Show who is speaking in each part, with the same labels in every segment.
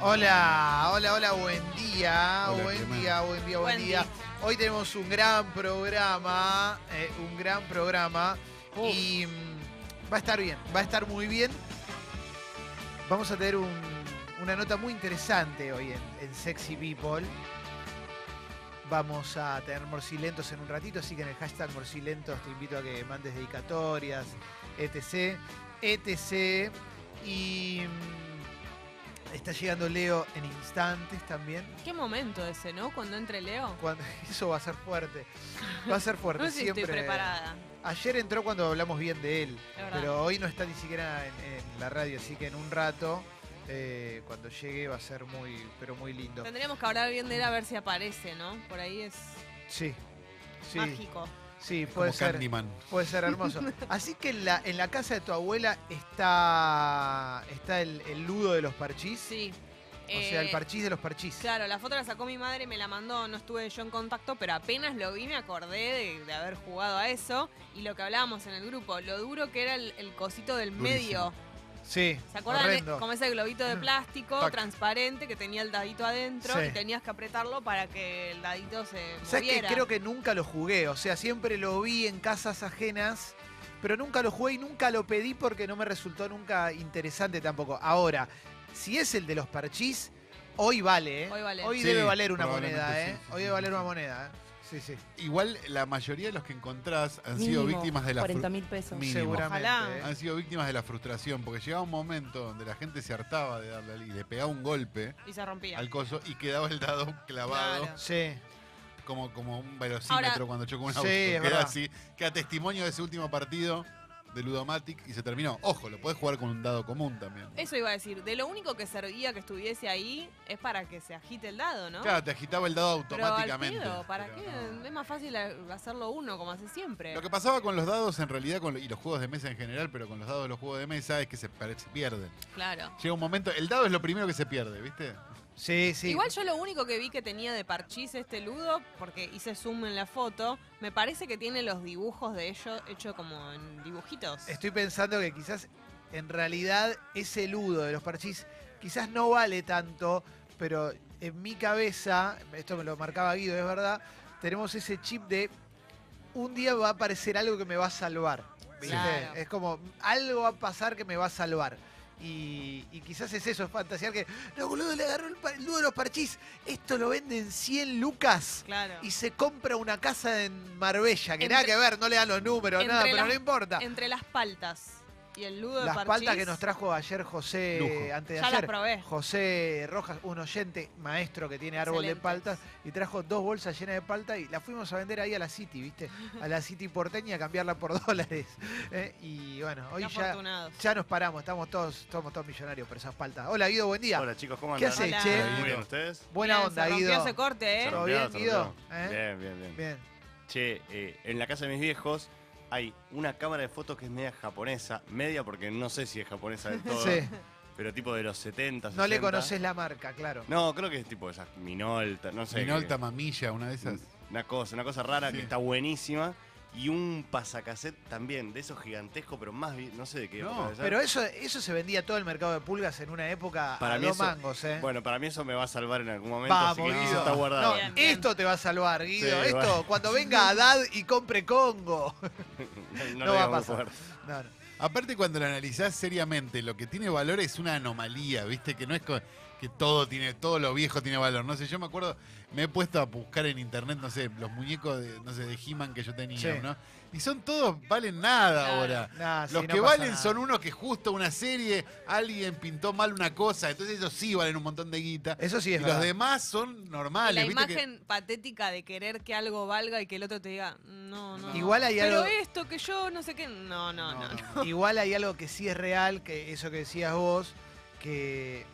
Speaker 1: Hola, hola, hola, buen día,
Speaker 2: Hola,
Speaker 1: buen
Speaker 2: Clemen.
Speaker 1: día, buen día, buen,
Speaker 3: Buen
Speaker 1: día.
Speaker 3: día.
Speaker 1: Hoy tenemos un gran programa, eh, un gran programa
Speaker 3: Uf.
Speaker 1: y mm, va a estar bien, va a estar muy bien. Vamos a tener un- una nota muy interesante hoy en, en Sexy People. Vamos a tener morcilentos en un ratito, así que en el hashtag morcilentos te invito a que mandes dedicatorias, etc, etc. Y mm, está llegando Leo en instantes también.
Speaker 3: Qué momento ese, ¿no? Cuando entre Leo.
Speaker 1: Cuando- eso va a ser fuerte. Va a ser fuerte
Speaker 3: No sé si
Speaker 1: siempre.
Speaker 3: estoy preparada.
Speaker 1: Ayer entró cuando hablamos bien de él,
Speaker 3: la verdad.
Speaker 1: pero hoy no está ni siquiera en, en la radio, así que en un rato, eh, cuando llegue, va a ser muy, pero muy lindo.
Speaker 3: Tendríamos que hablar bien de él a ver si aparece, ¿no? Por ahí es
Speaker 1: Sí, sí,
Speaker 3: mágico.
Speaker 1: sí, puede
Speaker 2: Como
Speaker 1: ser.
Speaker 2: Candyman.
Speaker 1: Puede ser hermoso. Así que en la, en la casa de tu abuela está, está el, el ludo de los parchís.
Speaker 3: Sí.
Speaker 1: O sea, el
Speaker 3: Eh,
Speaker 1: parchís de los parchís.
Speaker 3: Claro, la foto la sacó mi madre, me la mandó, no estuve yo en contacto, pero apenas lo vi me acordé de, de haber jugado a eso y lo que hablábamos en el grupo, lo duro que era el, el cosito del
Speaker 2: Durísimo.
Speaker 3: medio.
Speaker 1: Sí,
Speaker 3: ¿Se acuerdan?
Speaker 1: horrendo.
Speaker 3: Como ese globito de plástico
Speaker 1: Tac.
Speaker 3: transparente que tenía el dadito adentro
Speaker 1: Sí.
Speaker 3: y tenías que apretarlo para que el dadito se
Speaker 1: ¿Sabes que
Speaker 3: moviera.
Speaker 1: Creo que nunca lo jugué, o sea, siempre lo vi en casas ajenas, pero nunca lo jugué y nunca lo pedí porque no me resultó nunca interesante tampoco. Ahora, si es el de los parchís, hoy vale, ¿eh?
Speaker 3: Hoy vale.
Speaker 1: Hoy
Speaker 2: Sí,
Speaker 1: debe valer una
Speaker 2: probablemente
Speaker 1: moneda, ¿eh?
Speaker 2: sí, sí,
Speaker 1: hoy
Speaker 2: sí,
Speaker 1: debe valer
Speaker 2: sí,
Speaker 1: una
Speaker 2: sí.
Speaker 1: moneda, ¿eh? Sí, sí.
Speaker 2: Igual la mayoría de los que encontrás han sido
Speaker 4: Mínimo,
Speaker 2: víctimas de la
Speaker 4: 40
Speaker 2: fru-
Speaker 4: mil pesos.
Speaker 2: Mínimo.
Speaker 1: Seguramente.
Speaker 3: Ojalá.
Speaker 1: ¿eh?
Speaker 2: han sido víctimas de la frustración, porque llegaba un momento donde la gente se hartaba de darle al- y le pegaba un golpe
Speaker 3: Y se rompía.
Speaker 2: al coso y quedaba el dado clavado
Speaker 3: Claro.
Speaker 1: Sí,
Speaker 2: como, como un velocímetro
Speaker 3: Ahora-
Speaker 2: cuando choca un
Speaker 1: Sí,
Speaker 2: auto.
Speaker 1: es
Speaker 2: queda
Speaker 1: verdad.
Speaker 2: así, queda testimonio de ese último partido de Ludomatic y se terminó. Ojo, lo podés jugar con un dado común también.
Speaker 3: Eso iba a decir, de lo único que servía que estuviese ahí es para que se agite el dado, ¿no?
Speaker 2: Claro, te agitaba el dado
Speaker 3: Pero al
Speaker 2: automáticamente.
Speaker 3: pedo, ¿para
Speaker 2: pero
Speaker 3: qué?
Speaker 2: no.
Speaker 3: Es más fácil a- hacerlo uno, como hace siempre.
Speaker 2: Lo que pasaba con los dados en realidad con, y los juegos de mesa en general, pero con los dados de los juegos de mesa es que se, pare- se pierden.
Speaker 3: Claro.
Speaker 2: Llega un momento, el dado es lo primero que se pierde, ¿viste?
Speaker 1: sí, sí.
Speaker 3: Igual yo lo único que vi que tenía de parchís este ludo, porque hice zoom en la foto, me parece que tiene los dibujos de ellos hecho como en dibujitos.
Speaker 1: Estoy pensando que quizás en realidad ese ludo de los parchís quizás no vale tanto, pero en mi cabeza, esto me lo marcaba Guido, es verdad, tenemos ese chip de un día va a aparecer algo que me va a salvar. ¿viste?
Speaker 3: Claro.
Speaker 1: Es como algo va a pasar que me va a salvar. Y, y quizás es eso, es fantasear que, no, boludo, le agarró el, pa- el ludo de los parchís. Esto lo venden 100 lucas
Speaker 3: Claro.
Speaker 1: y se compra una casa en Marbella, que nada
Speaker 3: Entre-
Speaker 1: que ver, no le dan los números, nada,
Speaker 3: entre
Speaker 1: pero
Speaker 3: las-
Speaker 1: no importa.
Speaker 3: Entre las paltas y el ludo de
Speaker 1: Las
Speaker 3: parchís.
Speaker 1: paltas que nos trajo ayer José,
Speaker 2: Lujo.
Speaker 1: antes de
Speaker 3: Ya las
Speaker 1: ayer,
Speaker 3: probé.
Speaker 1: José Rojas, un oyente maestro que tiene árbol de
Speaker 3: Excelentes.
Speaker 1: paltas, y trajo dos bolsas llenas de palta y las fuimos a vender ahí a la City, ¿viste? A la City porteña a cambiarla por dólares. ¿eh? Y bueno,
Speaker 3: Qué
Speaker 1: hoy ya,
Speaker 3: afortunados.
Speaker 1: ya nos paramos, estamos todos, estamos todos millonarios por esas paltas. Hola Guido, buen día.
Speaker 5: Hola chicos, ¿cómo
Speaker 1: ¿Qué haces,
Speaker 5: andan?
Speaker 3: Hola.
Speaker 1: che?
Speaker 5: Muy bien, ¿ustedes?
Speaker 1: Buena
Speaker 3: Bien,
Speaker 1: onda,
Speaker 3: se rompió
Speaker 1: Gudo.
Speaker 3: ese corte, ¿eh?
Speaker 1: ¿Todo
Speaker 5: Se
Speaker 1: bien,
Speaker 5: rompió, se
Speaker 1: Guido?
Speaker 5: rompió.
Speaker 1: ¿Eh?
Speaker 5: Bien, bien, bien.
Speaker 1: Bien.
Speaker 5: Che, eh, en la casa de mis viejos hay una cámara de fotos que es media japonesa, media porque no sé si es japonesa del todo,
Speaker 1: Sí,
Speaker 5: pero tipo de los 70, 60.
Speaker 1: no le conoces la marca, claro.
Speaker 5: No, creo que es tipo esas Minolta, no sé.
Speaker 2: Minolta
Speaker 5: que-
Speaker 2: Mamilla, una de esas.
Speaker 5: Una cosa, una cosa rara
Speaker 2: Sí.
Speaker 5: que está buenísima y un pasacassette también, de esos gigantescos, pero más, vi- no sé de qué.
Speaker 2: No,
Speaker 5: época debe ser.
Speaker 1: Pero eso, eso se vendía todo el mercado de pulgas en una época
Speaker 5: Para
Speaker 1: a
Speaker 5: mí
Speaker 1: dos
Speaker 5: eso-
Speaker 1: mangos, ¿eh?
Speaker 5: Bueno, para mí eso me va a salvar en algún momento, así
Speaker 1: Vamos,
Speaker 5: que eso
Speaker 1: Guido.
Speaker 5: está guardado.
Speaker 1: No,
Speaker 3: Bien, bien.
Speaker 1: esto te va a salvar, Guido.
Speaker 5: Sí,
Speaker 1: esto,
Speaker 5: bueno.
Speaker 1: cuando venga Haddad y compre Congo.
Speaker 5: No,
Speaker 1: no
Speaker 5: lo
Speaker 1: va a
Speaker 5: digo muy
Speaker 1: pasar.
Speaker 5: fuerte.
Speaker 1: No, no.
Speaker 2: Aparte, cuando lo analizás seriamente, lo que tiene valor es una anomalía, ¿viste? Que no es co- que todo tiene, todo lo viejo tiene valor. No sé, yo me acuerdo, me he puesto a buscar en internet, no sé, los muñecos de, no sé, de He-Man que yo tenía,
Speaker 1: Sí.
Speaker 2: ¿no? Y son todos, valen nada
Speaker 3: Claro.
Speaker 2: ahora.
Speaker 1: Nah, sí,
Speaker 2: Los
Speaker 1: no
Speaker 2: que
Speaker 1: pasa
Speaker 2: valen
Speaker 1: nada.
Speaker 2: son unos que justo una serie, alguien pintó mal una cosa, entonces ellos sí valen un montón de guita.
Speaker 1: Eso sí
Speaker 2: Y
Speaker 1: es
Speaker 2: los
Speaker 1: verdad.
Speaker 2: demás son
Speaker 1: Ah,
Speaker 3: Y
Speaker 2: normales,
Speaker 3: la
Speaker 2: ¿viste? que-
Speaker 3: imagen patética de querer que algo valga y que el otro te diga, no, no.
Speaker 1: Igual hay
Speaker 3: Pero
Speaker 1: algo-
Speaker 3: esto que yo no sé qué. No, no, no. no.
Speaker 1: Igual hay algo que sí es real, que eso que decías vos, que.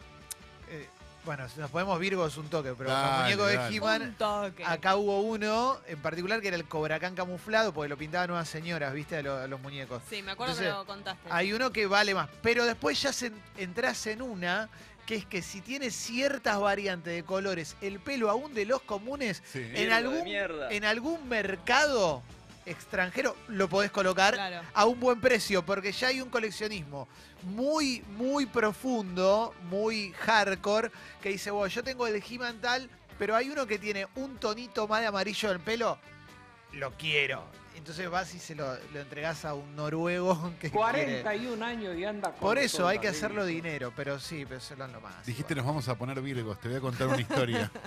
Speaker 1: eh, bueno, nos ponemos Virgos un toque, pero los
Speaker 2: Dale,
Speaker 1: muñecos de
Speaker 2: dale.
Speaker 1: He-Man.
Speaker 3: Un toque.
Speaker 1: Acá hubo uno en particular que era el Cobracán camuflado, porque lo pintaban unas señoras, viste, a, lo- a los muñecos.
Speaker 3: Sí, me acuerdo que
Speaker 1: Entonces,
Speaker 3: lo contaste.
Speaker 1: Hay uno que vale más, pero después ya se en- entras en una que es que si tiene ciertas variantes de colores, el pelo aún de los comunes,
Speaker 2: Sí.
Speaker 1: en algún, en algún mercado extranjero, lo podés colocar
Speaker 3: Claro.
Speaker 1: a un buen precio, porque ya hay un coleccionismo muy, muy profundo, muy hardcore, que dice, bueno, yo tengo el He-Man tal, pero hay uno que tiene un tonito más de amarillo en el pelo, lo quiero. Entonces vas y se lo, lo entregás a un noruego que quiere.
Speaker 4: 41 años y anda con
Speaker 1: Por eso hay que
Speaker 4: soldadito.
Speaker 1: hacerlo dinero, pero sí, pero eso no es lo más.
Speaker 2: Dijiste,
Speaker 1: igual.
Speaker 2: nos vamos a poner virgos, te voy a contar una historia.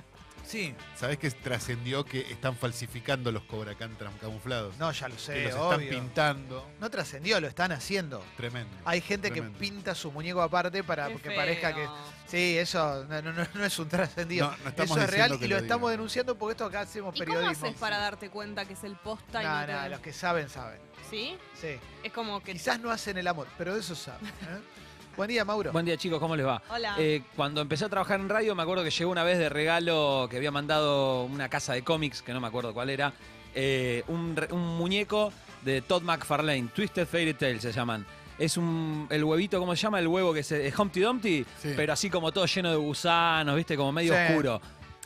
Speaker 1: Sí.
Speaker 2: ¿Sabés que trascendió que están falsificando los Cobra Khan tram- camuflados?
Speaker 1: No, ya lo sé,
Speaker 2: que los
Speaker 1: obvio.
Speaker 2: están pintando.
Speaker 1: No trascendió, lo están haciendo.
Speaker 2: Tremendo.
Speaker 1: Hay gente
Speaker 2: Tremendo.
Speaker 1: que pinta su muñeco aparte para
Speaker 3: Qué
Speaker 1: que parezca que.
Speaker 3: feo.
Speaker 1: Sí, eso no, no- no- no es un trascendido.
Speaker 2: No, no estamos
Speaker 1: eso es
Speaker 2: diciendo
Speaker 1: real
Speaker 2: que
Speaker 1: y lo
Speaker 2: lo
Speaker 1: estamos
Speaker 2: digan.
Speaker 1: denunciando porque esto acá hacemos
Speaker 3: ¿Y cómo
Speaker 1: periodismo.
Speaker 3: haces para darte cuenta que es el posta y
Speaker 1: No,
Speaker 3: no te-
Speaker 1: no, los que saben, saben.
Speaker 3: ¿Sí?
Speaker 1: Sí.
Speaker 3: Es como que...
Speaker 1: Quizás no hacen el amor, pero de eso saben. ¿eh? Buen día, Mauro.
Speaker 6: Buen día chicos, ¿cómo les va?
Speaker 3: Hola.
Speaker 6: Eh, cuando empecé a trabajar en radio me acuerdo que llegó una vez de regalo que había mandado una casa de cómics, que no me acuerdo cuál era, eh, un, re- un muñeco de Todd McFarlane, Twisted Fairy Tail se llaman. Es un, el huevito, ¿cómo se llama? El huevo que se, es Humpty Dumpty,
Speaker 2: Sí.
Speaker 6: pero así como todo lleno de gusanos, viste, como medio
Speaker 1: Sí.
Speaker 6: oscuro.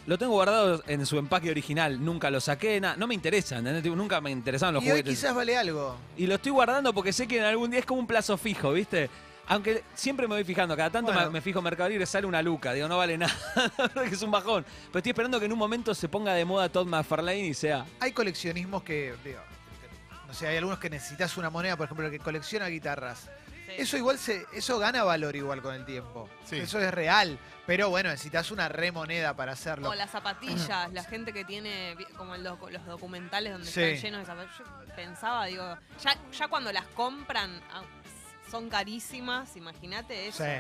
Speaker 6: Lo tengo guardado en su empaque original, nunca lo saqué, na- no me interesa, ¿entendés? Tipo, Nunca me interesaban los
Speaker 1: y hoy
Speaker 6: juguetes.
Speaker 1: quizás vale algo.
Speaker 6: Y lo estoy guardando porque sé que en algún día es como un plazo fijo, ¿viste? Aunque siempre me voy fijando, cada tanto
Speaker 1: Bueno.
Speaker 6: me, me fijo en Mercado Libre, sale una luca, digo, no vale nada, que es un bajón. Pero estoy esperando que en un momento se ponga de moda Todd McFarlane y sea.
Speaker 1: Hay coleccionismos que. digo, no sé, hay algunos que necesitas una moneda, por ejemplo, el que colecciona guitarras.
Speaker 3: Sí.
Speaker 1: Eso igual se, eso gana valor igual con el tiempo.
Speaker 2: Sí.
Speaker 1: Eso es real. Pero bueno, necesitas una remoneda para hacerlo.
Speaker 3: O las zapatillas, la gente que tiene vi- como el docu- los documentales donde
Speaker 1: Sí.
Speaker 3: están llenos de zapatillas. Yo pensaba, digo, ya, ya cuando las compran ah, son carísimas, imagínate eso.
Speaker 1: Sí.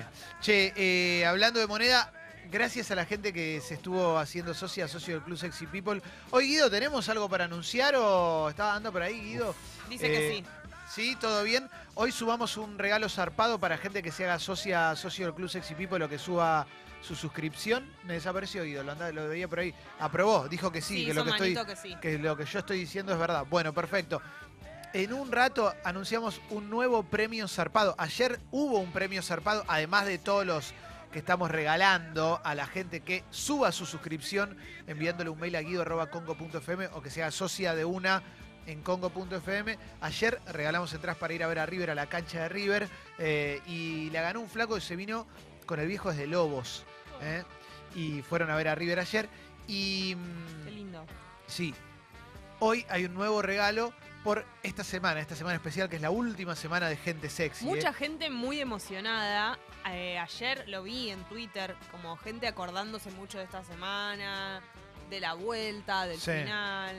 Speaker 1: Che, eh, hablando de moneda, gracias a la gente que se estuvo haciendo socia, socio del Club Sexy People. Hoy, Guido, ¿tenemos algo para anunciar o estaba dando por ahí, Guido?
Speaker 3: Dice
Speaker 1: Eh,
Speaker 3: que sí.
Speaker 1: Sí, todo bien. Hoy subamos un regalo zarpado para gente que se haga socia, socio del Club Sexy People o que suba su suscripción. Me desapareció, Guido, lo, andaba- lo veía por ahí. Aprobó, dijo que sí,
Speaker 3: Sí,
Speaker 1: que
Speaker 3: hizo
Speaker 1: lo que estoy
Speaker 3: manito que sí.
Speaker 1: que lo que yo estoy diciendo es verdad. Bueno, perfecto. En un rato anunciamos un nuevo premio zarpado. Ayer hubo un premio zarpado, además de todos los que estamos regalando a la gente que suba su suscripción enviándole un mail a guido.congo.fm o que sea socia de una en congo.fm. Ayer regalamos entradas para ir a ver a River a la cancha de River eh, y la ganó un flaco que se vino con el viejo desde Lobos. ¿eh? Y fueron a ver a River ayer y... mm,
Speaker 3: Qué lindo.
Speaker 1: Sí. Hoy hay un nuevo regalo por esta semana, esta semana especial que es la última semana de Gente Sexy. ¿eh?
Speaker 3: Mucha gente muy emocionada. Eh, ayer lo vi en Twitter, como gente acordándose mucho de esta semana, de la vuelta, del
Speaker 1: Sí.
Speaker 3: final.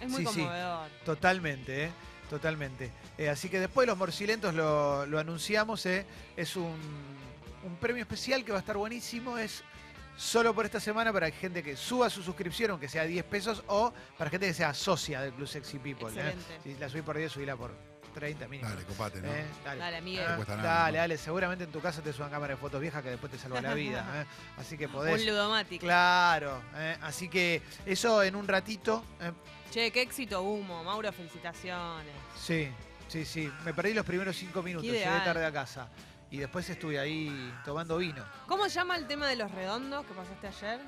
Speaker 3: Es muy
Speaker 1: Sí, sí.
Speaker 3: conmovedor.
Speaker 1: Totalmente, ¿eh? Totalmente. Eh, así que después los morcilentos lo, lo anunciamos, ¿eh? Es un, un premio especial que va a estar buenísimo, es solo por esta semana para gente que suba su suscripción, aunque sea 10 pesos, o para gente que sea socia del Club Sexy People. ¿eh?
Speaker 3: Excelente.
Speaker 1: Si la subí por 10, subíla por 30 mínimo.
Speaker 2: Dale, copate, ¿no?
Speaker 1: ¿eh? Dale.
Speaker 3: Dale, Miguel.
Speaker 2: No cuesta nada,
Speaker 1: dale,
Speaker 2: ¿no?
Speaker 1: dale, seguramente en tu casa te suban cámara de fotos viejas que después te salva la vida. ¿eh? Así que podés.
Speaker 3: Un ludomático.
Speaker 1: Claro, ¿eh? así que eso en un ratito. ¿eh?
Speaker 3: Che, qué éxito humo. Mauro, felicitaciones.
Speaker 1: Sí, sí, sí. Me perdí los primeros cinco minutos,
Speaker 3: Qué
Speaker 1: llegué
Speaker 3: ideal.
Speaker 1: tarde a casa. Y después estuve ahí tomando vino.
Speaker 3: ¿Cómo se llama el tema de los redondos que pasaste ayer?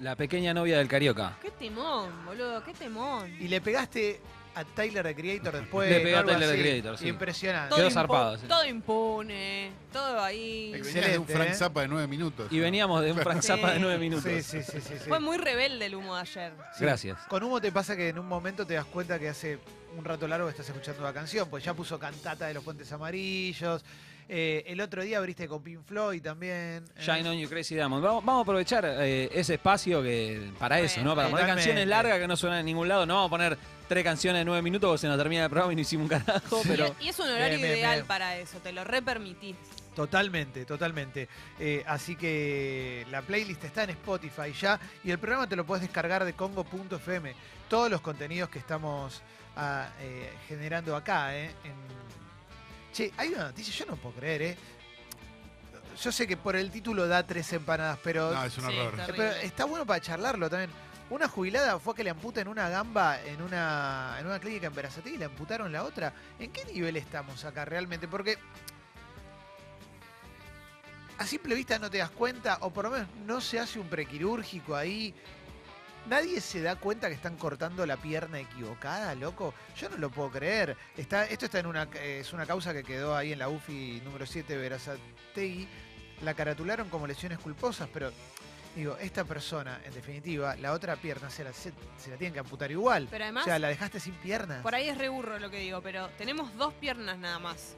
Speaker 6: La pequeña novia del Carioca.
Speaker 3: Qué temón, boludo, qué temón.
Speaker 1: Y le pegaste a Tyler the Creator después.
Speaker 6: Le pegué a
Speaker 1: algo
Speaker 6: Tyler, the
Speaker 1: así.
Speaker 6: Creator, sí.
Speaker 1: Impresionante.
Speaker 6: Todo- quedó
Speaker 3: impu-
Speaker 6: zarpado, sí.
Speaker 3: todo impune, todo ahí.
Speaker 2: Y venías de un
Speaker 1: Excelente,
Speaker 2: Frank
Speaker 1: ¿eh?
Speaker 2: Zappa de nueve minutos.
Speaker 6: Y veníamos de un Frank
Speaker 3: Sí.
Speaker 6: Zappa de nueve minutos.
Speaker 1: Sí, sí, sí, sí, sí.
Speaker 3: Fue muy rebelde el humo de ayer.
Speaker 1: Sí.
Speaker 6: Gracias.
Speaker 1: Con humo te pasa que en un momento te das cuenta que hace un rato largo que estás escuchando la canción, pues ya puso cantata de los puentes amarillos. Eh, el otro día abriste con Pink Floyd también. eh.
Speaker 6: Shine on you crazy diamond. Vamos, vamos a aprovechar eh, ese espacio que para eso, ¿no? Para poner
Speaker 1: Totalmente.
Speaker 6: canciones largas que no suenan en ningún lado. No vamos a poner tres canciones de nueve minutos porque se nos termina el programa y no hicimos un carajo, pero...
Speaker 3: Y es un horario
Speaker 1: Bien, bien,
Speaker 3: ideal
Speaker 1: bien.
Speaker 3: para eso, te lo repermitís.
Speaker 1: Totalmente, totalmente. Eh, así que la playlist está en Spotify ya y el programa te lo puedes descargar de congo.fm. Todos los contenidos que estamos ah, eh, generando acá. eh, en- Che, hay una noticia, yo no puedo creer. eh. Yo sé que por el título da tres empanadas, pero,
Speaker 2: No, es un
Speaker 3: Sí,
Speaker 2: horror.
Speaker 3: está-
Speaker 1: Eh, pero está bueno para charlarlo también. Una jubilada fue a que le amputan una gamba en una, en una clínica en Berazategui y le amputaron la otra. ¿En qué nivel estamos acá realmente? Porque a simple vista no te das cuenta, o por lo menos no se hace un prequirúrgico ahí. Nadie se da cuenta que están cortando la pierna equivocada, loco. Yo no lo puedo creer. Está, esto está en una, eh, es una causa que quedó ahí en la UFI número 7 Verazategui. La caratularon como lesiones culposas, pero digo, esta persona, en definitiva, la otra pierna se la, se, se la tienen que amputar igual.
Speaker 3: Pero además-
Speaker 1: o sea, la dejaste sin piernas.
Speaker 3: Por ahí es reburro lo que digo, pero tenemos dos piernas nada más.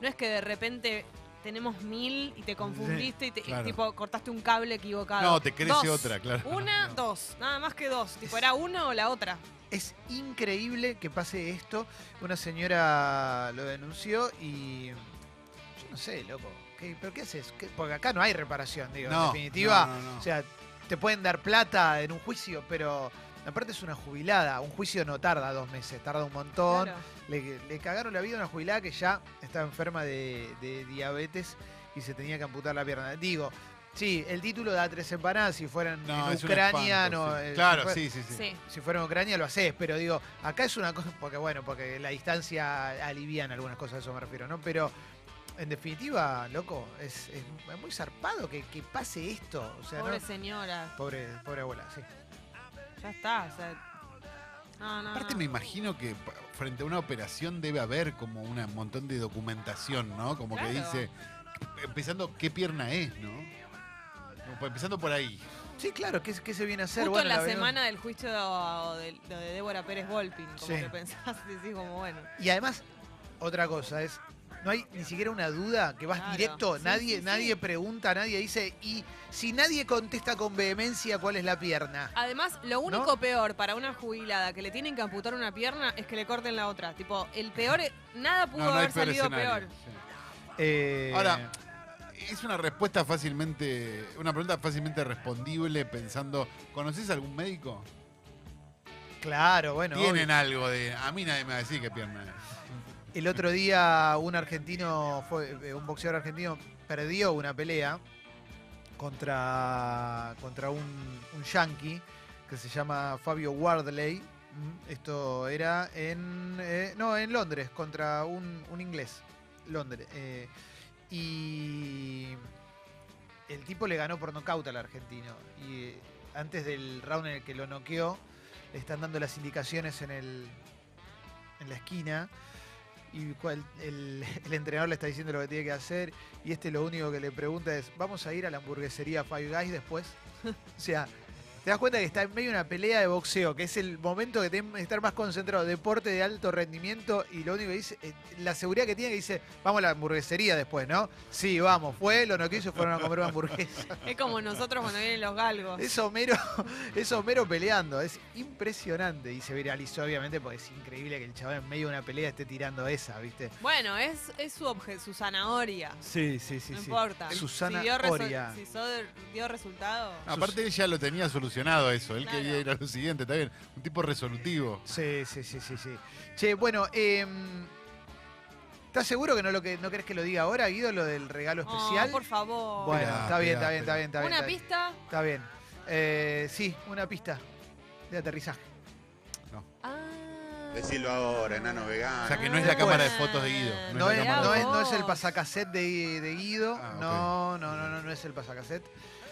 Speaker 3: No es que de repente tenemos mil y te confundiste y, te- y
Speaker 2: claro.
Speaker 3: tipo cortaste un cable equivocado.
Speaker 2: No, te crece
Speaker 3: Dos.
Speaker 2: otra, claro.
Speaker 3: Una, dos, nada más que dos. Tipo, era una o la otra.
Speaker 1: Es increíble que pase esto. Una señora lo denunció y. Yo no sé, loco. ¿Qué- ¿Pero qué haces? ¿Qué- Porque acá no hay reparación, digo. en definitiva,
Speaker 2: no,
Speaker 3: Ah.
Speaker 2: no, no.
Speaker 1: o sea, te pueden dar plata en un juicio, pero. Aparte es una jubilada, un juicio no tarda dos meses, tarda un montón.
Speaker 3: Claro.
Speaker 1: Le, le cagaron la vida a una jubilada que ya estaba enferma de, de diabetes y se tenía que amputar la pierna. Digo, sí, el título da tres empanadas, si fueran
Speaker 2: No,
Speaker 1: en
Speaker 2: es un
Speaker 1: Ucrania,
Speaker 2: espanto,
Speaker 1: no.
Speaker 2: sí.
Speaker 1: eh, si
Speaker 2: Claro,
Speaker 1: fue-
Speaker 2: sí, sí, sí.
Speaker 3: Sí.
Speaker 1: si fuera en Ucrania lo haces, pero digo, acá es una cosa, porque bueno, porque la distancia alivia en algunas cosas, a eso me refiero, ¿no? Pero en definitiva, loco, es, es- es muy zarpado que, que pase esto. O sea,
Speaker 3: Pobre
Speaker 1: ¿no?
Speaker 3: señora,
Speaker 1: Pobre, pobre abuela, sí.
Speaker 3: ya está. O sea, no, no,
Speaker 2: Aparte
Speaker 3: no.
Speaker 2: me imagino que pa- frente a una operación debe haber como una- un montón de documentación, ¿no? Como que
Speaker 3: Claro.
Speaker 2: dice, empezando qué pierna es, ¿no? Como pa- Empezando por ahí.
Speaker 1: Sí, claro, ¿qué, qué se viene a hacer?
Speaker 3: Justo
Speaker 1: Bueno,
Speaker 3: en la,
Speaker 1: veo-
Speaker 3: semana del juicio de, de- de Débora Pérez Volpin, como
Speaker 1: Sí.
Speaker 3: que pensás, y decís como bueno.
Speaker 1: Y además, otra cosa es, no hay ni siquiera una duda que vas
Speaker 3: Claro.
Speaker 1: directo,
Speaker 3: Sí,
Speaker 1: nadie,
Speaker 3: sí, sí.
Speaker 1: nadie pregunta, nadie dice, y si nadie contesta con vehemencia cuál es la pierna.
Speaker 3: Además, lo único peor para una jubilada que le tienen que amputar una pierna es que le corten la otra. Tipo, el peor, e-, nada pudo
Speaker 2: No, no hay
Speaker 3: haber
Speaker 2: peor
Speaker 3: salido
Speaker 2: escenario.
Speaker 3: peor.
Speaker 2: Sí.
Speaker 1: Eh,
Speaker 2: Ahora, Es una respuesta fácilmente, una pregunta fácilmente respondible pensando, ¿conocés algún médico?
Speaker 1: claro, bueno. obvio.
Speaker 2: Tienen algo de, a mí nadie me va a decir qué pierna es.
Speaker 1: El otro día un argentino, fue, eh, un boxeador argentino perdió una pelea contra, contra un, un yankee que se llama Fabio Wardley. ¿m? Esto era en, eh, no, en Londres, contra un, un inglés. Londres. eh, y el tipo le ganó por nocaut al argentino. Y eh, antes del round en el que lo noqueó, le están dando las indicaciones en, el, en la esquina. Y cual- el, el entrenador le está diciendo lo que tiene que hacer. Y este lo único que le pregunta es: ¿Vamos a ir a la hamburguesería Five Guys después? O sea, te das cuenta que está en medio de una pelea de boxeo, que es el momento que tenés que estar más concentrado. Deporte de alto rendimiento. Y lo único que dice, eh, la seguridad que tiene que dice: Vamos a la hamburguesería después, ¿no? Sí, vamos. Fue, lo no quiso, fueron a comer una hamburguesa.
Speaker 3: Es como nosotros cuando vienen los galgos.
Speaker 1: Es Homero, es Homero peleando, es impresionante. Y se viralizó, obviamente, porque es increíble que el chaval en medio de una pelea esté tirando esa, ¿viste?
Speaker 3: Bueno, es, es su objeto, su zanahoria.
Speaker 1: Sí, sí, sí.
Speaker 3: no importa.
Speaker 1: Susana
Speaker 3: si dio, resu-
Speaker 1: Oria.
Speaker 3: si so- dio resultado.
Speaker 2: Aparte él ya lo tenía solucionado eso, él
Speaker 3: Claro.
Speaker 2: quería ir a lo siguiente, está bien, un tipo resolutivo.
Speaker 1: Sí, sí, sí, sí, sí. Che, bueno, em, ¿estás seguro que no lo que no querés que lo diga ahora, Guido, lo del regalo
Speaker 3: Oh,
Speaker 1: especial?
Speaker 3: por favor.
Speaker 1: bueno,
Speaker 2: Esperá,
Speaker 1: está bien,
Speaker 2: esperá,
Speaker 1: está bien, está
Speaker 2: esperá.
Speaker 1: bien, está bien. está
Speaker 3: Una
Speaker 1: bien.
Speaker 3: pista.
Speaker 1: Está bien. Eh, sí, una pista de aterrizaje.
Speaker 3: Ah.
Speaker 4: Decirlo ahora, enano vegano.
Speaker 2: O sea que no es la cámara de fotos de Guido.
Speaker 1: No
Speaker 2: la
Speaker 1: es,
Speaker 2: cámara de
Speaker 1: no
Speaker 2: fotos.
Speaker 1: es- no es el pasacassette de, de Guido.
Speaker 2: Ah, ok.
Speaker 1: no, no, no, no, no es el pasacassette.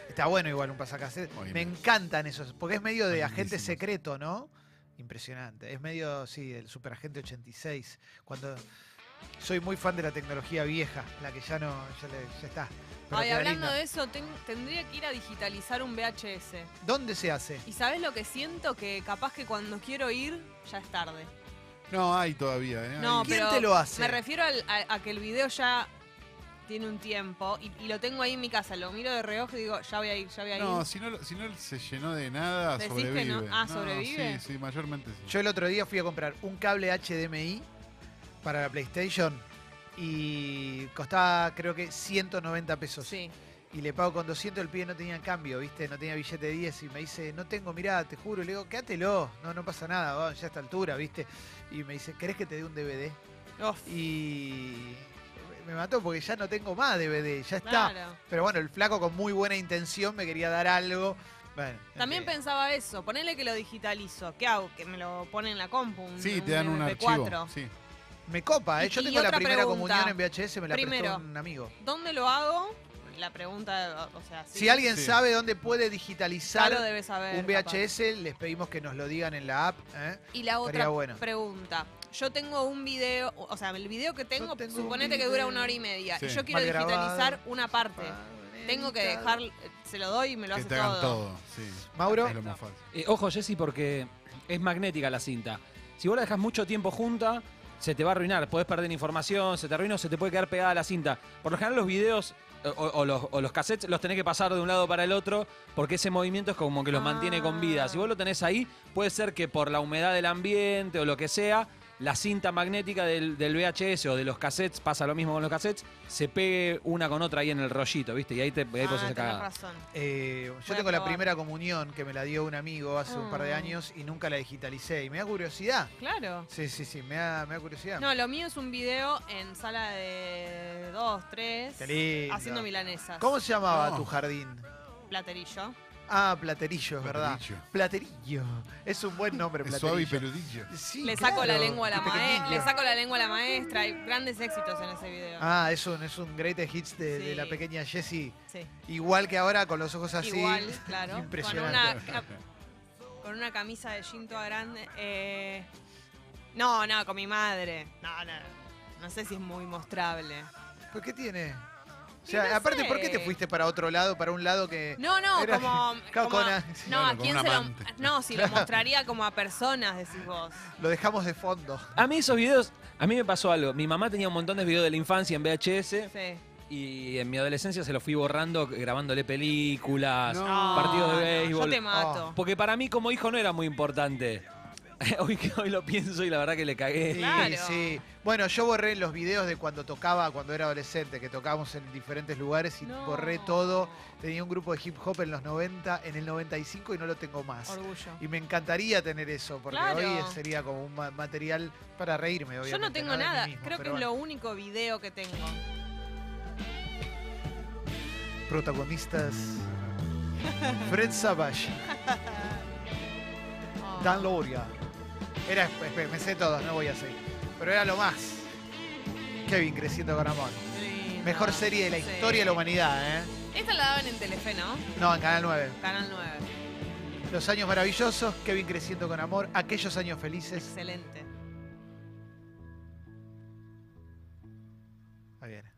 Speaker 1: Está bueno igual un pasacassette.
Speaker 2: Muy
Speaker 1: Me
Speaker 2: bien.
Speaker 1: encantan esos, porque es medio de agente
Speaker 2: Buenísimos.
Speaker 1: secreto, ¿no? Impresionante. Es medio, sí, del superagente 86. Cuando soy muy fan de la tecnología vieja, la que ya no, ya, le- ya está. Pero
Speaker 3: Ay,
Speaker 1: queda
Speaker 3: hablando
Speaker 1: linda.
Speaker 3: de eso, ten- tendría que ir a digitalizar un VHS.
Speaker 1: ¿Dónde se hace?
Speaker 3: ¿Y sabes lo que siento? Que capaz que cuando quiero ir, ya es tarde.
Speaker 2: No hay todavía, ¿eh?
Speaker 3: No,
Speaker 2: Hay-
Speaker 1: ¿Quién
Speaker 3: pero
Speaker 1: te lo hace?
Speaker 3: Me refiero al- a, a que el video ya tiene un tiempo y, y lo tengo ahí en mi casa. Lo miro de reojo y digo, ya voy a ir, ya voy a ir.
Speaker 2: No, si no, lo- si no se llenó de nada,
Speaker 3: ¿Decís que
Speaker 2: sobrevive.
Speaker 3: no? Ah, ¿sobrevive?
Speaker 2: Sí, sí, mayormente sí.
Speaker 1: Yo el otro día fui a comprar un cable HDMI para la PlayStation y costaba creo que 190 pesos.
Speaker 3: Sí.
Speaker 1: y le pago con 200, el pibe no tenía cambio, ¿viste? No tenía billete de 10 y me dice, no tengo, mirá, te juro. Y le digo, quédatelo, no, no pasa nada, va, ya a esta altura, ¿viste? Y me dice, ¿querés que te dé un DVD?
Speaker 3: Uf,
Speaker 1: Y me mató porque ya no tengo más DVD, ya está.
Speaker 3: claro.
Speaker 1: Pero bueno, el flaco con muy buena intención me quería dar algo. Bueno,
Speaker 3: También
Speaker 1: eh,
Speaker 3: pensaba eso, ponele que lo digitalizo. ¿Qué hago? Que me lo ponen en la compu. un-
Speaker 2: Sí, te dan un
Speaker 3: MP4.
Speaker 2: archivo. Sí.
Speaker 1: me copa, ¿eh?
Speaker 3: Y-
Speaker 1: yo
Speaker 3: y
Speaker 1: tengo la
Speaker 3: otra
Speaker 1: primera
Speaker 3: pregunta.
Speaker 1: comunión en VHS, me la
Speaker 3: Primero.
Speaker 1: prestó un amigo.
Speaker 3: ¿Dónde lo hago? la pregunta, o o sea, sí,
Speaker 1: Si alguien
Speaker 2: Sí.
Speaker 1: sabe dónde puede
Speaker 3: ya lo
Speaker 1: digitalizar
Speaker 3: debe saber.
Speaker 1: un
Speaker 3: capaz.
Speaker 1: VHS, les pedimos que nos lo digan en la app. ¿eh?
Speaker 3: Y la
Speaker 1: Estaría
Speaker 3: otra
Speaker 1: bueno.
Speaker 3: pregunta. Yo tengo un video, o sea, el video que tengo,
Speaker 1: tengo un
Speaker 3: suponete que dura
Speaker 1: video.
Speaker 3: una hora y media.
Speaker 2: Sí.
Speaker 3: Y yo quiero
Speaker 1: Mal grabado. Ah.
Speaker 3: digitalizar una parte. Tengo que dejar, se lo doy y me lo
Speaker 2: Que
Speaker 3: hace
Speaker 2: te hagan todo. sí.
Speaker 1: Mauro,
Speaker 2: Es lo más fácil.
Speaker 6: Eh, ojo, Jessy, porque es magnética la cinta. Si vos la dejas mucho tiempo junta, se te va a arruinar. Podés perder información, se te arruina o se te puede quedar pegada la cinta. Por lo general, los videos eh, o, o los, o los cassettes los tenés que pasar de un lado para el otro porque ese movimiento es como que los
Speaker 3: Ah.
Speaker 6: mantiene con vida. Si vos lo tenés ahí, puede ser que por la humedad del ambiente o lo que sea. La cinta magnética del, del VHS o de los cassettes, pasa lo mismo con los cassettes, se pegue una con otra ahí en el rollito, ¿viste? Y ahí te ahí
Speaker 3: Ah,
Speaker 6: podés hacer
Speaker 3: tenés
Speaker 6: cagada.
Speaker 3: razón.
Speaker 1: eh, yo
Speaker 3: a
Speaker 1: tengo la
Speaker 3: probar.
Speaker 1: primera comunión que me la dio un amigo hace un par de
Speaker 3: Ah.
Speaker 1: años y nunca la digitalicé. Y me da curiosidad.
Speaker 3: Claro.
Speaker 1: Sí, sí, sí, me da, me da curiosidad.
Speaker 3: No, lo mío es un video en sala de dos, tres,
Speaker 1: Qué lindo.
Speaker 3: haciendo milanesas.
Speaker 1: ¿Cómo se llamaba
Speaker 2: No.
Speaker 1: tu jardín?
Speaker 3: Platerillo.
Speaker 1: Ah, Platerillo, es verdad.
Speaker 2: Peludillo.
Speaker 1: Platerillo. Es un buen nombre,
Speaker 2: Es suave y
Speaker 1: Platerillo.
Speaker 2: peludillo.
Speaker 1: Sí,
Speaker 3: le saco la
Speaker 1: claro,
Speaker 3: lengua a la
Speaker 1: y pequeñito.
Speaker 3: maestra. Le saco la lengua a la maestra. Hay grandes éxitos en ese video.
Speaker 1: Ah, es un, es un great hits de, de la
Speaker 3: Sí.
Speaker 1: pequeña Jessie.
Speaker 3: Sí.
Speaker 1: Igual que ahora con los ojos así.
Speaker 3: Igual, claro. Con una,
Speaker 1: Impresionante.
Speaker 3: con una camisa de jean toda grande. eh, no, no, con mi madre. No, no. No sé si es muy mostrable.
Speaker 1: ¿Por qué tiene? O
Speaker 3: Y
Speaker 1: sea,
Speaker 3: no
Speaker 1: aparte, ¿por qué
Speaker 3: sé.
Speaker 1: te fuiste para otro lado, para un lado que.
Speaker 3: No, no,
Speaker 1: Era-
Speaker 3: como.
Speaker 1: Claro,
Speaker 3: como-
Speaker 1: con a-
Speaker 3: no,
Speaker 2: Bueno,
Speaker 3: a
Speaker 2: con
Speaker 3: quién
Speaker 2: un
Speaker 3: se lo.
Speaker 2: amante.
Speaker 3: No, si lo mostraría como a personas, decís vos.
Speaker 1: Lo dejamos de fondo.
Speaker 6: A mí esos videos, a mí me pasó algo. Mi mamá tenía un montón de videos de la infancia en VHS
Speaker 3: Sí.
Speaker 6: y en mi adolescencia se los fui borrando grabándole películas.
Speaker 2: No.
Speaker 6: Partido de
Speaker 3: no,
Speaker 6: béisbol.
Speaker 3: Yo te
Speaker 1: Oh,
Speaker 3: mato.
Speaker 6: Porque para mí como hijo no era muy importante. Hoy, que- hoy lo pienso y la verdad que le
Speaker 1: Sí,
Speaker 6: cagué.
Speaker 3: Claro.
Speaker 1: sí. Bueno, yo borré los videos de cuando tocaba, cuando era adolescente, que tocábamos en diferentes lugares y
Speaker 3: No.
Speaker 1: borré todo. Tenía un grupo de hip hop en los 90, en el 95 y no lo tengo más.
Speaker 3: Orgullo.
Speaker 1: Y me encantaría tener eso, porque
Speaker 3: Claro.
Speaker 1: hoy sería como un ma- material para reírme, obviamente.
Speaker 3: Yo no tengo
Speaker 1: de mí
Speaker 3: nada.
Speaker 1: mismo,
Speaker 3: Creo que
Speaker 1: pero
Speaker 3: es
Speaker 1: bueno.
Speaker 3: lo único video que tengo.
Speaker 1: Protagonistas. Fred Savage,
Speaker 3: Oh.
Speaker 1: Dan Loria. Era, espe- me sé todos, no voy a seguir. Pero era lo más. Kevin creciendo con amor.
Speaker 3: Lindo.
Speaker 1: Mejor serie de la
Speaker 3: Sí.
Speaker 1: historia de la humanidad, ¿eh?
Speaker 3: Esta la daban en Telefe, ¿no?
Speaker 1: No, en Canal 9.
Speaker 3: Canal 9.
Speaker 1: Los años maravillosos, Kevin creciendo con amor, aquellos años felices.
Speaker 3: Excelente.
Speaker 1: Ahí viene.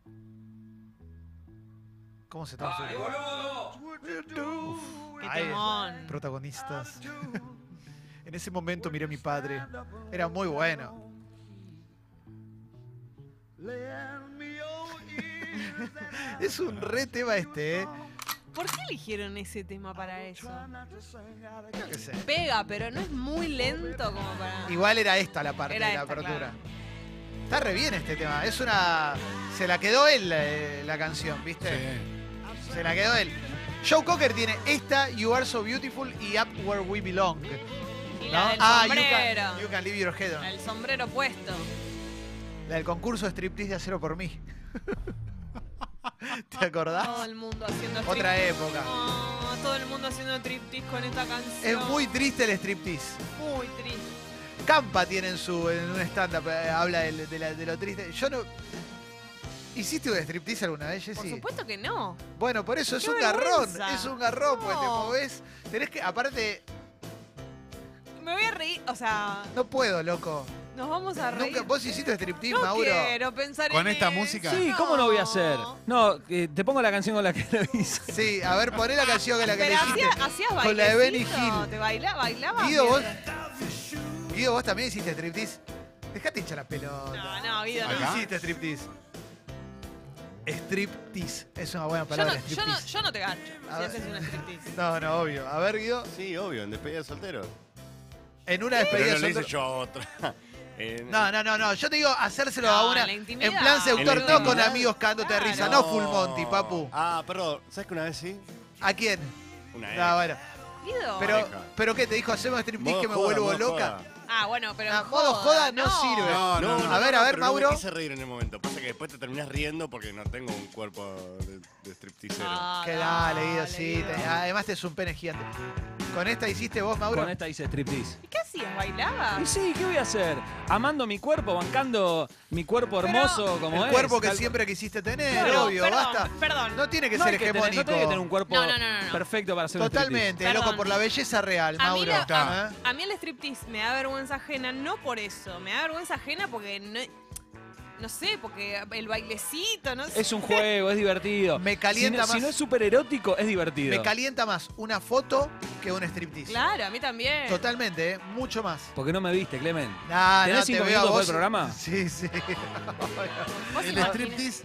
Speaker 1: ¿Cómo se traduce?
Speaker 3: Qué
Speaker 1: Ahí.
Speaker 3: temón.
Speaker 1: Protagonistas. en ese momento miré a mi padre. Era muy bueno. es un re tema este, ¿eh?
Speaker 3: ¿Por qué eligieron ese tema para eso?
Speaker 1: Yo qué sé.
Speaker 3: Pega, pero no es muy lento como para.
Speaker 1: Igual era esta la parte
Speaker 3: Era
Speaker 1: de la
Speaker 3: esta,
Speaker 1: apertura.
Speaker 3: claro.
Speaker 1: Está re bien este tema. Es una. Se la quedó él eh, la canción, ¿viste?
Speaker 2: Sí.
Speaker 1: Se la quedó él. Joe Cocker tiene esta, You Are So Beautiful y Up Where We Belong.
Speaker 3: Y
Speaker 1: ¿no?
Speaker 3: la del
Speaker 1: ah, you
Speaker 3: sombrero.
Speaker 1: can, you can Leave Your Head On.
Speaker 3: El sombrero puesto.
Speaker 1: La del concurso de striptease de acero por mí. ¿Te acordás?
Speaker 3: Todo el mundo haciendo
Speaker 1: Otra
Speaker 3: striptease.
Speaker 1: época.
Speaker 3: Oh, todo el mundo haciendo triptis con esta
Speaker 1: Es
Speaker 3: canción.
Speaker 1: muy triste el striptease.
Speaker 3: muy triste.
Speaker 1: Campa tiene en su en un stand-up, eh, habla del- de, la- de lo triste. Yo no. ¿Hiciste un striptease alguna vez,
Speaker 3: Por
Speaker 1: Jessy?
Speaker 3: supuesto que no.
Speaker 1: Bueno, por eso es
Speaker 3: ¡Qué
Speaker 1: un garrón.
Speaker 3: vergüenza!
Speaker 1: Es un garrón, pues te
Speaker 3: No.
Speaker 1: movés. Tenés que. Aparte,
Speaker 3: Me voy a reír, o sea,
Speaker 1: no puedo, loco.
Speaker 3: nos vamos a reír.
Speaker 1: Nunca, vos hiciste striptease,
Speaker 3: no
Speaker 1: Mauro.
Speaker 3: quiero pensar
Speaker 2: ¿Con
Speaker 3: en
Speaker 2: esta
Speaker 3: eso.
Speaker 2: música?
Speaker 6: Sí, ¿cómo no voy a hacer? No, eh, te pongo la canción con la que lo hice.
Speaker 1: Sí, a ver, poné la canción que la que le
Speaker 3: Pero
Speaker 1: hiciste.
Speaker 3: hacías, hacías
Speaker 1: Con la de Benny
Speaker 3: bailecito,
Speaker 1: Hill.
Speaker 3: Te bailaba, bailaba.
Speaker 1: Guido, vos. Guido, vos también hiciste striptease. Dejate hinchar la pelota.
Speaker 3: No, no, Guido,
Speaker 1: ¿Qué
Speaker 3: no.
Speaker 2: Acá.
Speaker 1: hiciste striptease? Striptease. Es una buena
Speaker 3: Yo no,
Speaker 1: palabra,
Speaker 3: yo, no,
Speaker 1: striptease.
Speaker 3: yo no te gancho
Speaker 1: A
Speaker 3: si
Speaker 1: ver.
Speaker 3: haces un striptease.
Speaker 1: No, no, obvio. A ver, Guido.
Speaker 5: Sí, obvio, en despedida de soltero.
Speaker 1: En una
Speaker 5: Pero
Speaker 1: despedida
Speaker 5: no le
Speaker 1: de
Speaker 5: hice
Speaker 1: soltero-
Speaker 5: yo a otra. Eh, En-
Speaker 1: No, no, no, no. Yo te digo hacérselo
Speaker 3: No,
Speaker 1: a una.
Speaker 3: en la
Speaker 1: En,
Speaker 3: intimidad.
Speaker 1: plan seductor,
Speaker 5: En la
Speaker 1: no con
Speaker 5: intimidad.
Speaker 1: amigos cagándote de risa. No
Speaker 3: Claro.
Speaker 1: full Monty, papu.
Speaker 5: Ah, perdón. ¿Sabes que una vez sí?
Speaker 1: ¿A quién?
Speaker 5: Una
Speaker 1: No,
Speaker 5: vez.
Speaker 1: bueno.
Speaker 3: Guido.
Speaker 1: Pero,
Speaker 5: pareja.
Speaker 1: pero ¿qué? ¿Te dijo hacemos striptease
Speaker 5: Modo
Speaker 1: que me
Speaker 5: joda,
Speaker 1: vuelvo
Speaker 5: modo
Speaker 1: loca?
Speaker 5: joda.
Speaker 3: ah, bueno, pero.
Speaker 1: Ah,
Speaker 3: en
Speaker 1: modo joda no sirve.
Speaker 2: No,
Speaker 1: No,
Speaker 2: no, no.
Speaker 1: a ver, a ver,
Speaker 5: pero no me
Speaker 1: Mauro.
Speaker 5: quise reír en el momento. Pasa que después te terminas riendo porque no tengo un cuerpo de, de stripteasero.
Speaker 3: Ah,
Speaker 1: Que dale, Guido, ah.
Speaker 3: dale,
Speaker 1: sí. te- además, te es un pene gigante. Con esta hiciste vos, Mauro.
Speaker 6: Con esta hice striptease.
Speaker 3: ¿Y qué Iglesias bailaba.
Speaker 6: Y sí, ¿qué voy a hacer? Amando mi cuerpo, bancando mi cuerpo hermoso como
Speaker 1: el
Speaker 6: es.
Speaker 1: cuerpo que
Speaker 6: tal-
Speaker 1: siempre quisiste tener,
Speaker 3: Claro,
Speaker 1: obvio,
Speaker 3: perdón,
Speaker 1: basta.
Speaker 3: Perdón.
Speaker 1: No tiene que
Speaker 6: No
Speaker 1: ser
Speaker 6: hay que tener,
Speaker 1: hegemónico.
Speaker 6: no tiene que tener un cuerpo
Speaker 3: No, no, no, no.
Speaker 6: perfecto para hacer un
Speaker 1: Totalmente,
Speaker 3: striptease.
Speaker 1: loco, por la
Speaker 3: Perdón.
Speaker 1: belleza real,
Speaker 3: A mí, Ah.
Speaker 1: Mauro.
Speaker 3: la-
Speaker 2: Está.
Speaker 1: ¿Eh?
Speaker 3: a mí el striptease me da vergüenza ajena, no por eso. Me da vergüenza ajena porque no. No sé, porque el bailecito, no sé.
Speaker 6: striptease. Es un juego, es divertido.
Speaker 1: Me calienta
Speaker 6: si no, si
Speaker 1: más.
Speaker 6: no es súper erótico, es divertido.
Speaker 1: Me calienta más una foto que un striptease.
Speaker 3: Claro, a mí también.
Speaker 1: Totalmente, ¿eh? mucho más.
Speaker 6: Porque no me viste, Clemen.
Speaker 1: Nah, no,
Speaker 6: ¿Tenés
Speaker 1: te
Speaker 6: cinco
Speaker 1: veo a
Speaker 6: minutos para
Speaker 1: vos.
Speaker 6: el programa?
Speaker 1: Sí, sí.
Speaker 3: Vos
Speaker 2: El
Speaker 3: imaginás-
Speaker 2: striptease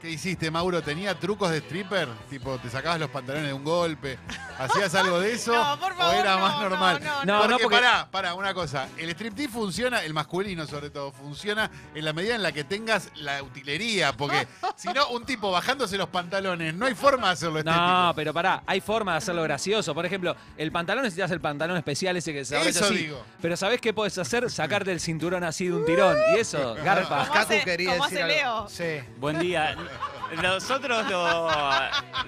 Speaker 2: que hiciste, Mauro, ¿tenía trucos de stripper? Tipo, te sacabas los pantalones de un golpe, ¿hacías algo de eso?
Speaker 3: No, por favor,
Speaker 2: ¿O era
Speaker 3: no,
Speaker 2: más
Speaker 3: no,
Speaker 2: normal?
Speaker 3: no,
Speaker 6: No,
Speaker 2: porque,
Speaker 6: no, porque-
Speaker 2: pará, pará, una cosa. El striptease funciona, el masculino sobre todo, funciona en la medida en la que tengas la utilería, porque si no, un tipo bajándose los pantalones, no hay forma de hacerlo estético.
Speaker 6: No, pero pará, hay forma de hacerlo gracioso. Por ejemplo, el pantalón necesitas el pantalón especial ese que se abrocha
Speaker 2: Eso
Speaker 6: así.
Speaker 2: digo.
Speaker 6: Pero ¿sabés qué podés hacer? Sacarte el cinturón así de un tirón. Y eso, garpa.
Speaker 3: ¿Cómo hace- cómo hace Leo?
Speaker 1: Sí.
Speaker 4: Buen día. Nosotros lo-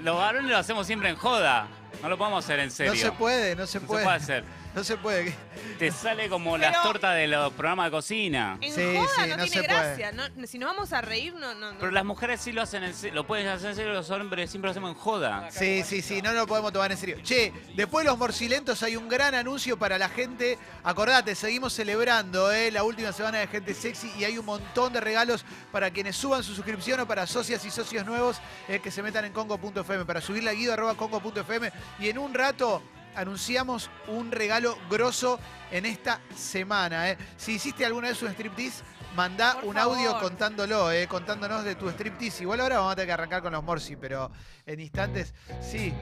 Speaker 4: los varones lo hacemos siempre en joda. No lo podemos hacer en serio.
Speaker 1: No se puede, pues. no se
Speaker 4: No se
Speaker 1: puede.
Speaker 4: hacer.
Speaker 1: No se puede.
Speaker 4: Te sale como las
Speaker 3: Pero-
Speaker 4: tortas de los programas de cocina.
Speaker 3: En
Speaker 1: Sí,
Speaker 3: joda
Speaker 1: sí,
Speaker 3: no,
Speaker 1: no
Speaker 3: tiene
Speaker 1: se puede.
Speaker 3: gracia. no- si nos vamos a reír, no. no, no.
Speaker 4: Pero las mujeres sí lo hacen en se- lo pueden hacer en serio, los hombres siempre lo hacemos en joda.
Speaker 1: Sí, sí, sí, no lo podemos tomar en serio. Che, después de los morcilentos hay un gran anuncio para la gente. Acordate, seguimos celebrando ¿eh? la última semana de Gente Sexy y hay un montón de regalos para quienes suban su suscripción o para socias y socios nuevos eh, que se metan en congo.fm. Para subirla a guido arroba congo.fm y en un rato anunciamos un regalo grosso en esta semana. ¿eh? Si hiciste alguna vez un striptease, mandá
Speaker 3: Por
Speaker 1: un audio
Speaker 3: favor.
Speaker 1: contándolo, ¿eh? contándonos de tu striptease. Igual ahora vamos a tener que arrancar con los morsi, pero en instantes. Sí,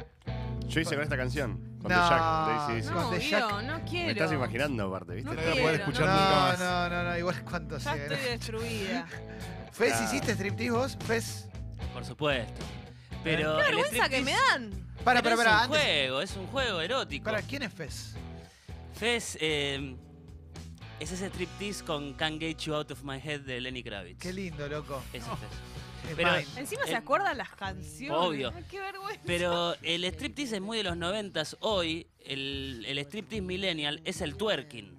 Speaker 5: Yo hice con esta canción, con The
Speaker 1: No.
Speaker 5: Jack, de AC/DC.
Speaker 1: con
Speaker 3: no,
Speaker 1: The
Speaker 3: Guido,
Speaker 1: Jack.
Speaker 3: no quiero.
Speaker 5: Me estás imaginando aparte, ¿viste?
Speaker 3: No
Speaker 2: No voy a poder
Speaker 3: quiero,
Speaker 2: escuchar
Speaker 3: no.
Speaker 2: nunca más.
Speaker 1: No, no, no, igual cuánto
Speaker 3: Ya
Speaker 1: sigue.
Speaker 3: estoy destruida.
Speaker 1: ¿Fez
Speaker 5: Ah.
Speaker 1: hiciste striptease vos? ¿Fez?
Speaker 4: Por supuesto. Pero
Speaker 3: Qué vergüenza que me dan.
Speaker 1: Para, para, para.
Speaker 4: es un
Speaker 1: Antes,
Speaker 4: juego, es un juego erótico.
Speaker 1: para, ¿quién es Fez?
Speaker 4: Fez, eh, es ese striptease con Can't Get You Out of My Head de Lenny Kravitz.
Speaker 1: Qué lindo, loco.
Speaker 4: Ese es Fez.
Speaker 1: Es
Speaker 4: Pero-
Speaker 1: mine.
Speaker 3: Encima se
Speaker 4: Eh,
Speaker 3: acuerdan las canciones.
Speaker 4: obvio.
Speaker 3: Ay, qué vergüenza.
Speaker 4: Pero el striptease es muy de los noventas. Hoy, el, el striptease millennial es el twerking.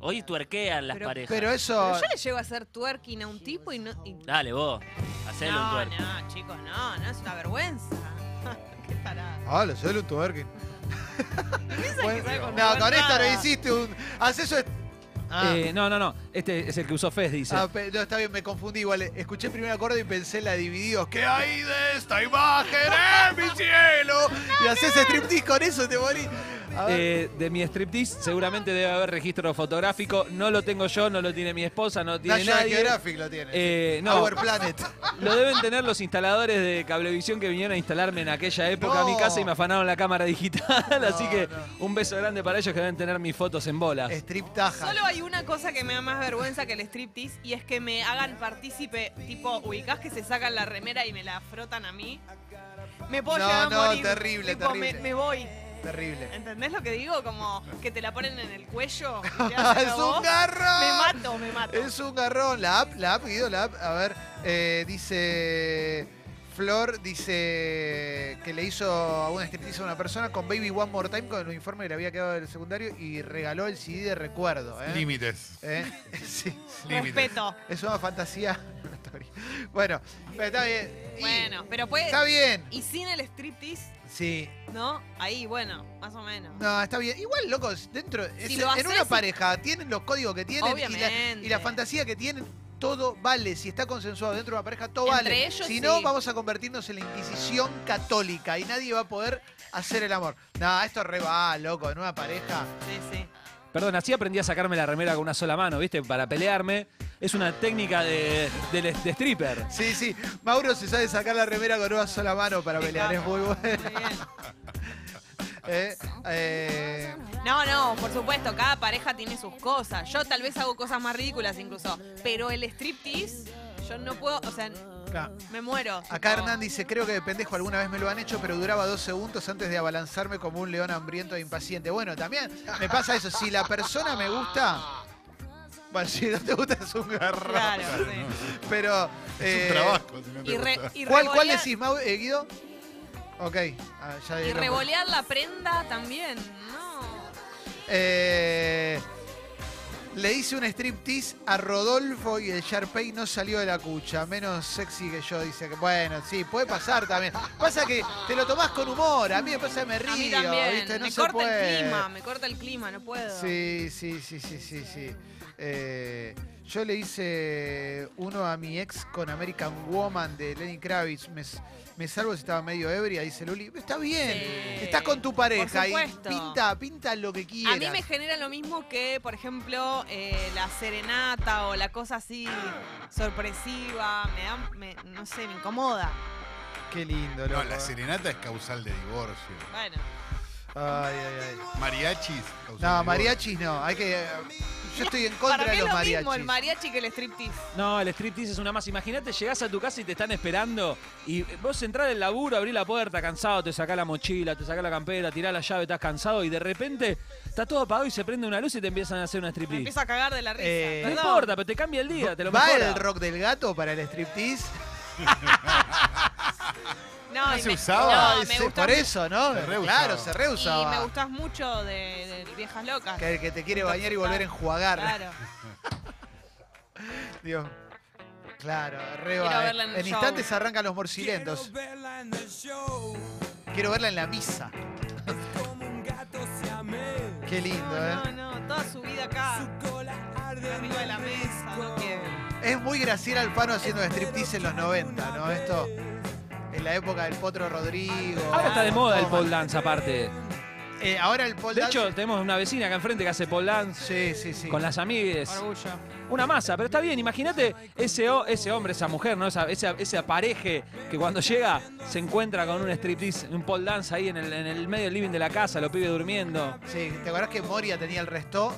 Speaker 4: Hoy tuerquean las
Speaker 3: Pero-
Speaker 4: parejas.
Speaker 1: Pero
Speaker 3: Pero
Speaker 1: eso.
Speaker 3: yo le llego a hacer twerking a un tipo y no. y-
Speaker 4: Dale vos, hacelo un
Speaker 3: No,
Speaker 4: twerking.
Speaker 3: no, chicos, no, no es una vergüenza. qué tarada.
Speaker 1: Ah, lo soy un twerking.
Speaker 3: Piensa que
Speaker 1: Bueno,
Speaker 3: sabe
Speaker 1: no,
Speaker 3: controlar
Speaker 1: con esto no
Speaker 3: nada.
Speaker 1: hiciste un. Haz eso. es- Ah,
Speaker 6: Eh, no, no, no. Este es el que usó Fez, dice.
Speaker 1: ah, pe- no, está bien, me confundí. Igual escuché el primer acorde y pensé en la divididos. ¿Qué hay de esta imagen, eh, mi cielo? Y haces striptease con eso, te morí. A ver.
Speaker 6: Eh, de mi striptease seguramente debe haber registro fotográfico. No lo tengo yo, no lo tiene mi esposa, no tiene
Speaker 1: National
Speaker 6: nadie.
Speaker 1: Geographic Ah, lo tiene.
Speaker 6: Eh, no,
Speaker 1: Our Planet.
Speaker 6: lo deben tener los instaladores de cablevisión que vinieron a instalarme en aquella época a mi
Speaker 1: No.
Speaker 6: casa y me afanaron la cámara digital. así que
Speaker 1: no.
Speaker 6: un beso grande para ellos que deben tener mis fotos en bolas.
Speaker 1: Strip Taja.
Speaker 3: Solo hay una cosa que me da más vergüenza que el striptease y es que me hagan partícipe, tipo, ubicás que se sacan la remera y me la frotan a mí. Me puedo
Speaker 1: No,
Speaker 3: llegar a
Speaker 1: no,
Speaker 3: morir.
Speaker 1: terrible,
Speaker 3: Tipo,
Speaker 1: terrible.
Speaker 3: Me, me voy.
Speaker 1: Terrible.
Speaker 3: ¿Entendés lo que digo? Como que te la ponen en el cuello. y te hacen
Speaker 1: ¡Es
Speaker 3: a
Speaker 1: un
Speaker 3: vos.
Speaker 1: garrón!
Speaker 3: Me mato, me mato.
Speaker 1: Es un garrón. La app, la app, Guido, la app. A ver, eh, dice. Flor dice que le hizo a una striptease a una persona con Baby One More Time con el uniforme que le había quedado del secundario y regaló el CD de recuerdo. ¿eh?
Speaker 2: Límites.
Speaker 1: ¿Eh? Sí,
Speaker 2: Límites.
Speaker 3: Respeto.
Speaker 1: es una fantasía. Una teoría. bueno, pero está bien. Y-
Speaker 3: Bueno, pero puede.
Speaker 1: Está bien.
Speaker 3: Y sin el striptease,
Speaker 1: Sí.
Speaker 3: ¿no? Ahí, bueno, más o menos.
Speaker 1: No, está bien. Igual, locos, dentro, es-
Speaker 3: lo
Speaker 1: en
Speaker 3: haces,
Speaker 1: una
Speaker 3: si-
Speaker 1: pareja tienen los códigos que tienen y la,
Speaker 3: Obviamente.
Speaker 1: y la fantasía que tienen. Todo vale, si está consensuado dentro de una pareja, todo
Speaker 3: Entre
Speaker 1: vale.
Speaker 3: ellos,
Speaker 1: si no,
Speaker 3: sí.
Speaker 1: vamos a convertirnos en la Inquisición católica y nadie va a poder hacer el amor. No, esto re va, loco, en una pareja.
Speaker 3: Sí, sí.
Speaker 6: Perdón, así aprendí a sacarme la remera con una sola mano, ¿viste? Para pelearme. Es una técnica de, de- de stripper.
Speaker 1: Sí, sí, Mauro se sabe sacar la remera con una sola mano para pelear, es muy bueno.
Speaker 3: Muy bien.
Speaker 1: Eh, eh,
Speaker 3: No, no, por supuesto, cada pareja tiene sus cosas. Yo tal vez hago cosas más ridículas incluso, pero el striptease, yo no puedo, o sea,
Speaker 1: claro.
Speaker 3: me muero.
Speaker 1: Acá
Speaker 3: tipo.
Speaker 1: Hernán dice, creo que de pendejo alguna vez me lo han hecho, pero duraba dos segundos antes de abalanzarme como un león hambriento e impaciente. Bueno, también me pasa eso. Si la persona me gusta, bueno, si no te gusta es un garrón.
Speaker 3: Claro, sí.
Speaker 1: Pero...
Speaker 2: Es
Speaker 1: eh,
Speaker 2: un trabajo. si no te
Speaker 3: Y, re-
Speaker 2: gusta.
Speaker 3: y
Speaker 1: ¿Cuál, cuál
Speaker 3: revolear-
Speaker 1: decís, Mau- eh, Guido? Ok. Ah, ya
Speaker 3: Y
Speaker 1: lo-
Speaker 3: revolear la prenda también, no.
Speaker 1: Eh, le hice un striptease a Rodolfo y el Sharpay no salió de la cucha. Menos sexy que yo, dice que bueno, sí, puede pasar también. Pasa que te lo tomás con humor. A mí me pasa que me río.
Speaker 3: a mí también.
Speaker 1: ¿viste? No
Speaker 3: me
Speaker 1: se
Speaker 3: corta
Speaker 1: puede.
Speaker 3: el clima, me corta el clima, no puedo.
Speaker 1: Sí, sí, sí, sí, sí, sí. Eh, yo le hice uno a mi ex con American Woman de Lenny Kravitz. Me, s- me salvo si estaba medio ebria, dice Luli. Está bien,
Speaker 3: Sí,
Speaker 1: estás con tu pareja
Speaker 3: por
Speaker 1: y
Speaker 3: supuesto.
Speaker 1: pinta, pinta lo que quieras.
Speaker 3: A mí me genera lo mismo que, por ejemplo, eh, la serenata o la cosa así sorpresiva. Me da, me- no sé, me incomoda.
Speaker 1: Qué lindo,
Speaker 2: No,
Speaker 1: loco.
Speaker 2: la serenata es causal de divorcio.
Speaker 3: Bueno,
Speaker 1: Ay, ay, ay.
Speaker 2: Mariachis. causal de
Speaker 1: No,
Speaker 2: divorcio.
Speaker 1: mariachis no. Hay que. Yo estoy en contra
Speaker 3: para
Speaker 1: de
Speaker 3: mí es
Speaker 1: los
Speaker 3: lo
Speaker 1: mariachis.
Speaker 3: mismo el mariachi que el striptease.
Speaker 6: No, el striptease es una más. Imagínate, llegás a tu casa y te están esperando. Y vos entrar del laburo, abrís la puerta, cansado, te sacás la mochila, te sacás la campera, tirás la llave, estás cansado. Y de repente está todo apagado y se prende una luz y te empiezan a hacer una
Speaker 3: Me
Speaker 6: striptease.
Speaker 3: empiezo a cagar de la risa.
Speaker 1: Eh,
Speaker 6: No
Speaker 3: Perdón.
Speaker 6: importa, pero te cambia el día, te lo
Speaker 1: ¿Va
Speaker 6: mejora.
Speaker 1: el rock del gato para el striptease?
Speaker 3: No,
Speaker 2: ¿No
Speaker 3: y
Speaker 2: se
Speaker 3: me-
Speaker 2: usaba?
Speaker 3: no,
Speaker 1: Ay,
Speaker 3: me
Speaker 1: sí,
Speaker 3: gustó
Speaker 1: por
Speaker 3: mu-
Speaker 1: eso, ¿no?
Speaker 2: Se reusaba.
Speaker 1: claro, se
Speaker 3: Y
Speaker 1: reusaba.
Speaker 3: me gustás mucho de, de Viejas Locas.
Speaker 1: Que, que te quiere
Speaker 3: Entonces,
Speaker 1: bañar y volver a
Speaker 3: claro,
Speaker 1: enjuagar.
Speaker 3: Claro.
Speaker 1: Dios. Claro,
Speaker 3: Quiero
Speaker 1: reba. En,
Speaker 3: verla en el show.
Speaker 1: instantes arrancan los morcilentos. Quiero verla en la misa. Qué lindo, ¿eh?
Speaker 3: No, no, no, toda su vida acá. Arriba de la mesa, no quiero.
Speaker 1: Es muy Graciela Alfano haciendo striptease en los 90, ¿no? Esto en la época del Potro Rodrigo.
Speaker 6: Ahora está de moda el
Speaker 1: Thomas.
Speaker 6: pole dance aparte.
Speaker 1: Eh, ahora el pole
Speaker 6: De
Speaker 1: dance-
Speaker 6: hecho, tenemos una vecina acá enfrente que hace pole dance
Speaker 1: sí, sí, sí.
Speaker 6: con las amigas.
Speaker 3: Orgullo.
Speaker 6: Una masa, pero está bien. Imagínate ese, o- ese hombre, esa mujer, ¿no? Esa, ese, ese apareje que cuando llega se encuentra con un striptease, un pole dance ahí en el, en el medio del living de la casa, los pibes durmiendo.
Speaker 1: Sí, ¿te acordás que Moria tenía el resto?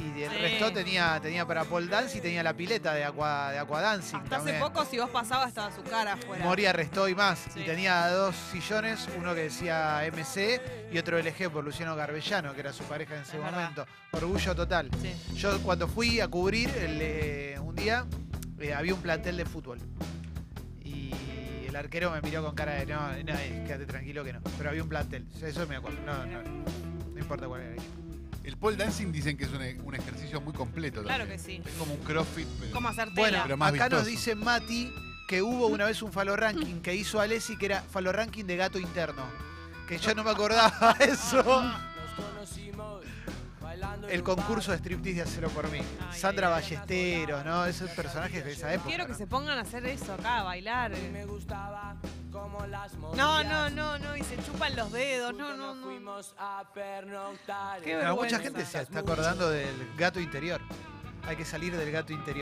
Speaker 1: Y el
Speaker 3: Sí.
Speaker 1: resto tenía, tenía para pole dance y tenía la pileta de aqua, de aquadancing
Speaker 3: Hasta hace
Speaker 1: también.
Speaker 3: poco, si vos pasabas, estaba su cara afuera.
Speaker 1: Moria restó y más.
Speaker 3: Sí.
Speaker 1: Y tenía dos sillones, uno que decía MC y otro LG por Luciano Garbellano, que era su pareja en ese
Speaker 3: Es verdad.
Speaker 1: momento. Orgullo total.
Speaker 3: Sí.
Speaker 1: Yo cuando fui a cubrir el, eh, un día, eh, había un plantel de fútbol. Y el arquero me miró con cara de, no, no, eh, quédate tranquilo que no. Pero había un plantel, eso me acuerdo. No, no, no importa cuál era. el equipo.
Speaker 2: El pole dancing dicen que es un, e- un ejercicio muy completo.
Speaker 3: Claro
Speaker 2: también.
Speaker 3: que sí.
Speaker 2: Es como un crossfit. pero-
Speaker 3: ¿Cómo hacer
Speaker 1: Bueno,
Speaker 3: tela?
Speaker 2: Pero más
Speaker 1: acá nos
Speaker 2: vistoso.
Speaker 1: dice Mati que hubo una vez un falo ranking que hizo Alessi que era falo ranking de gato interno. Que yo no me acordaba eso. El concurso de striptease de Hacelo por mí.
Speaker 3: Ay,
Speaker 1: Sandra
Speaker 3: ay,
Speaker 1: Ballesteros, ¿no? Esos personajes de esa época.
Speaker 3: Quiero que
Speaker 1: ¿no?
Speaker 3: se pongan a hacer eso acá, a bailar. No, no, no, no, y se chupan los dedos. No, no, no. Qué
Speaker 1: Pero mucha
Speaker 3: vergüenza.
Speaker 1: Ah, gente se está acordando del gato interior. Hay que salir del gato interior.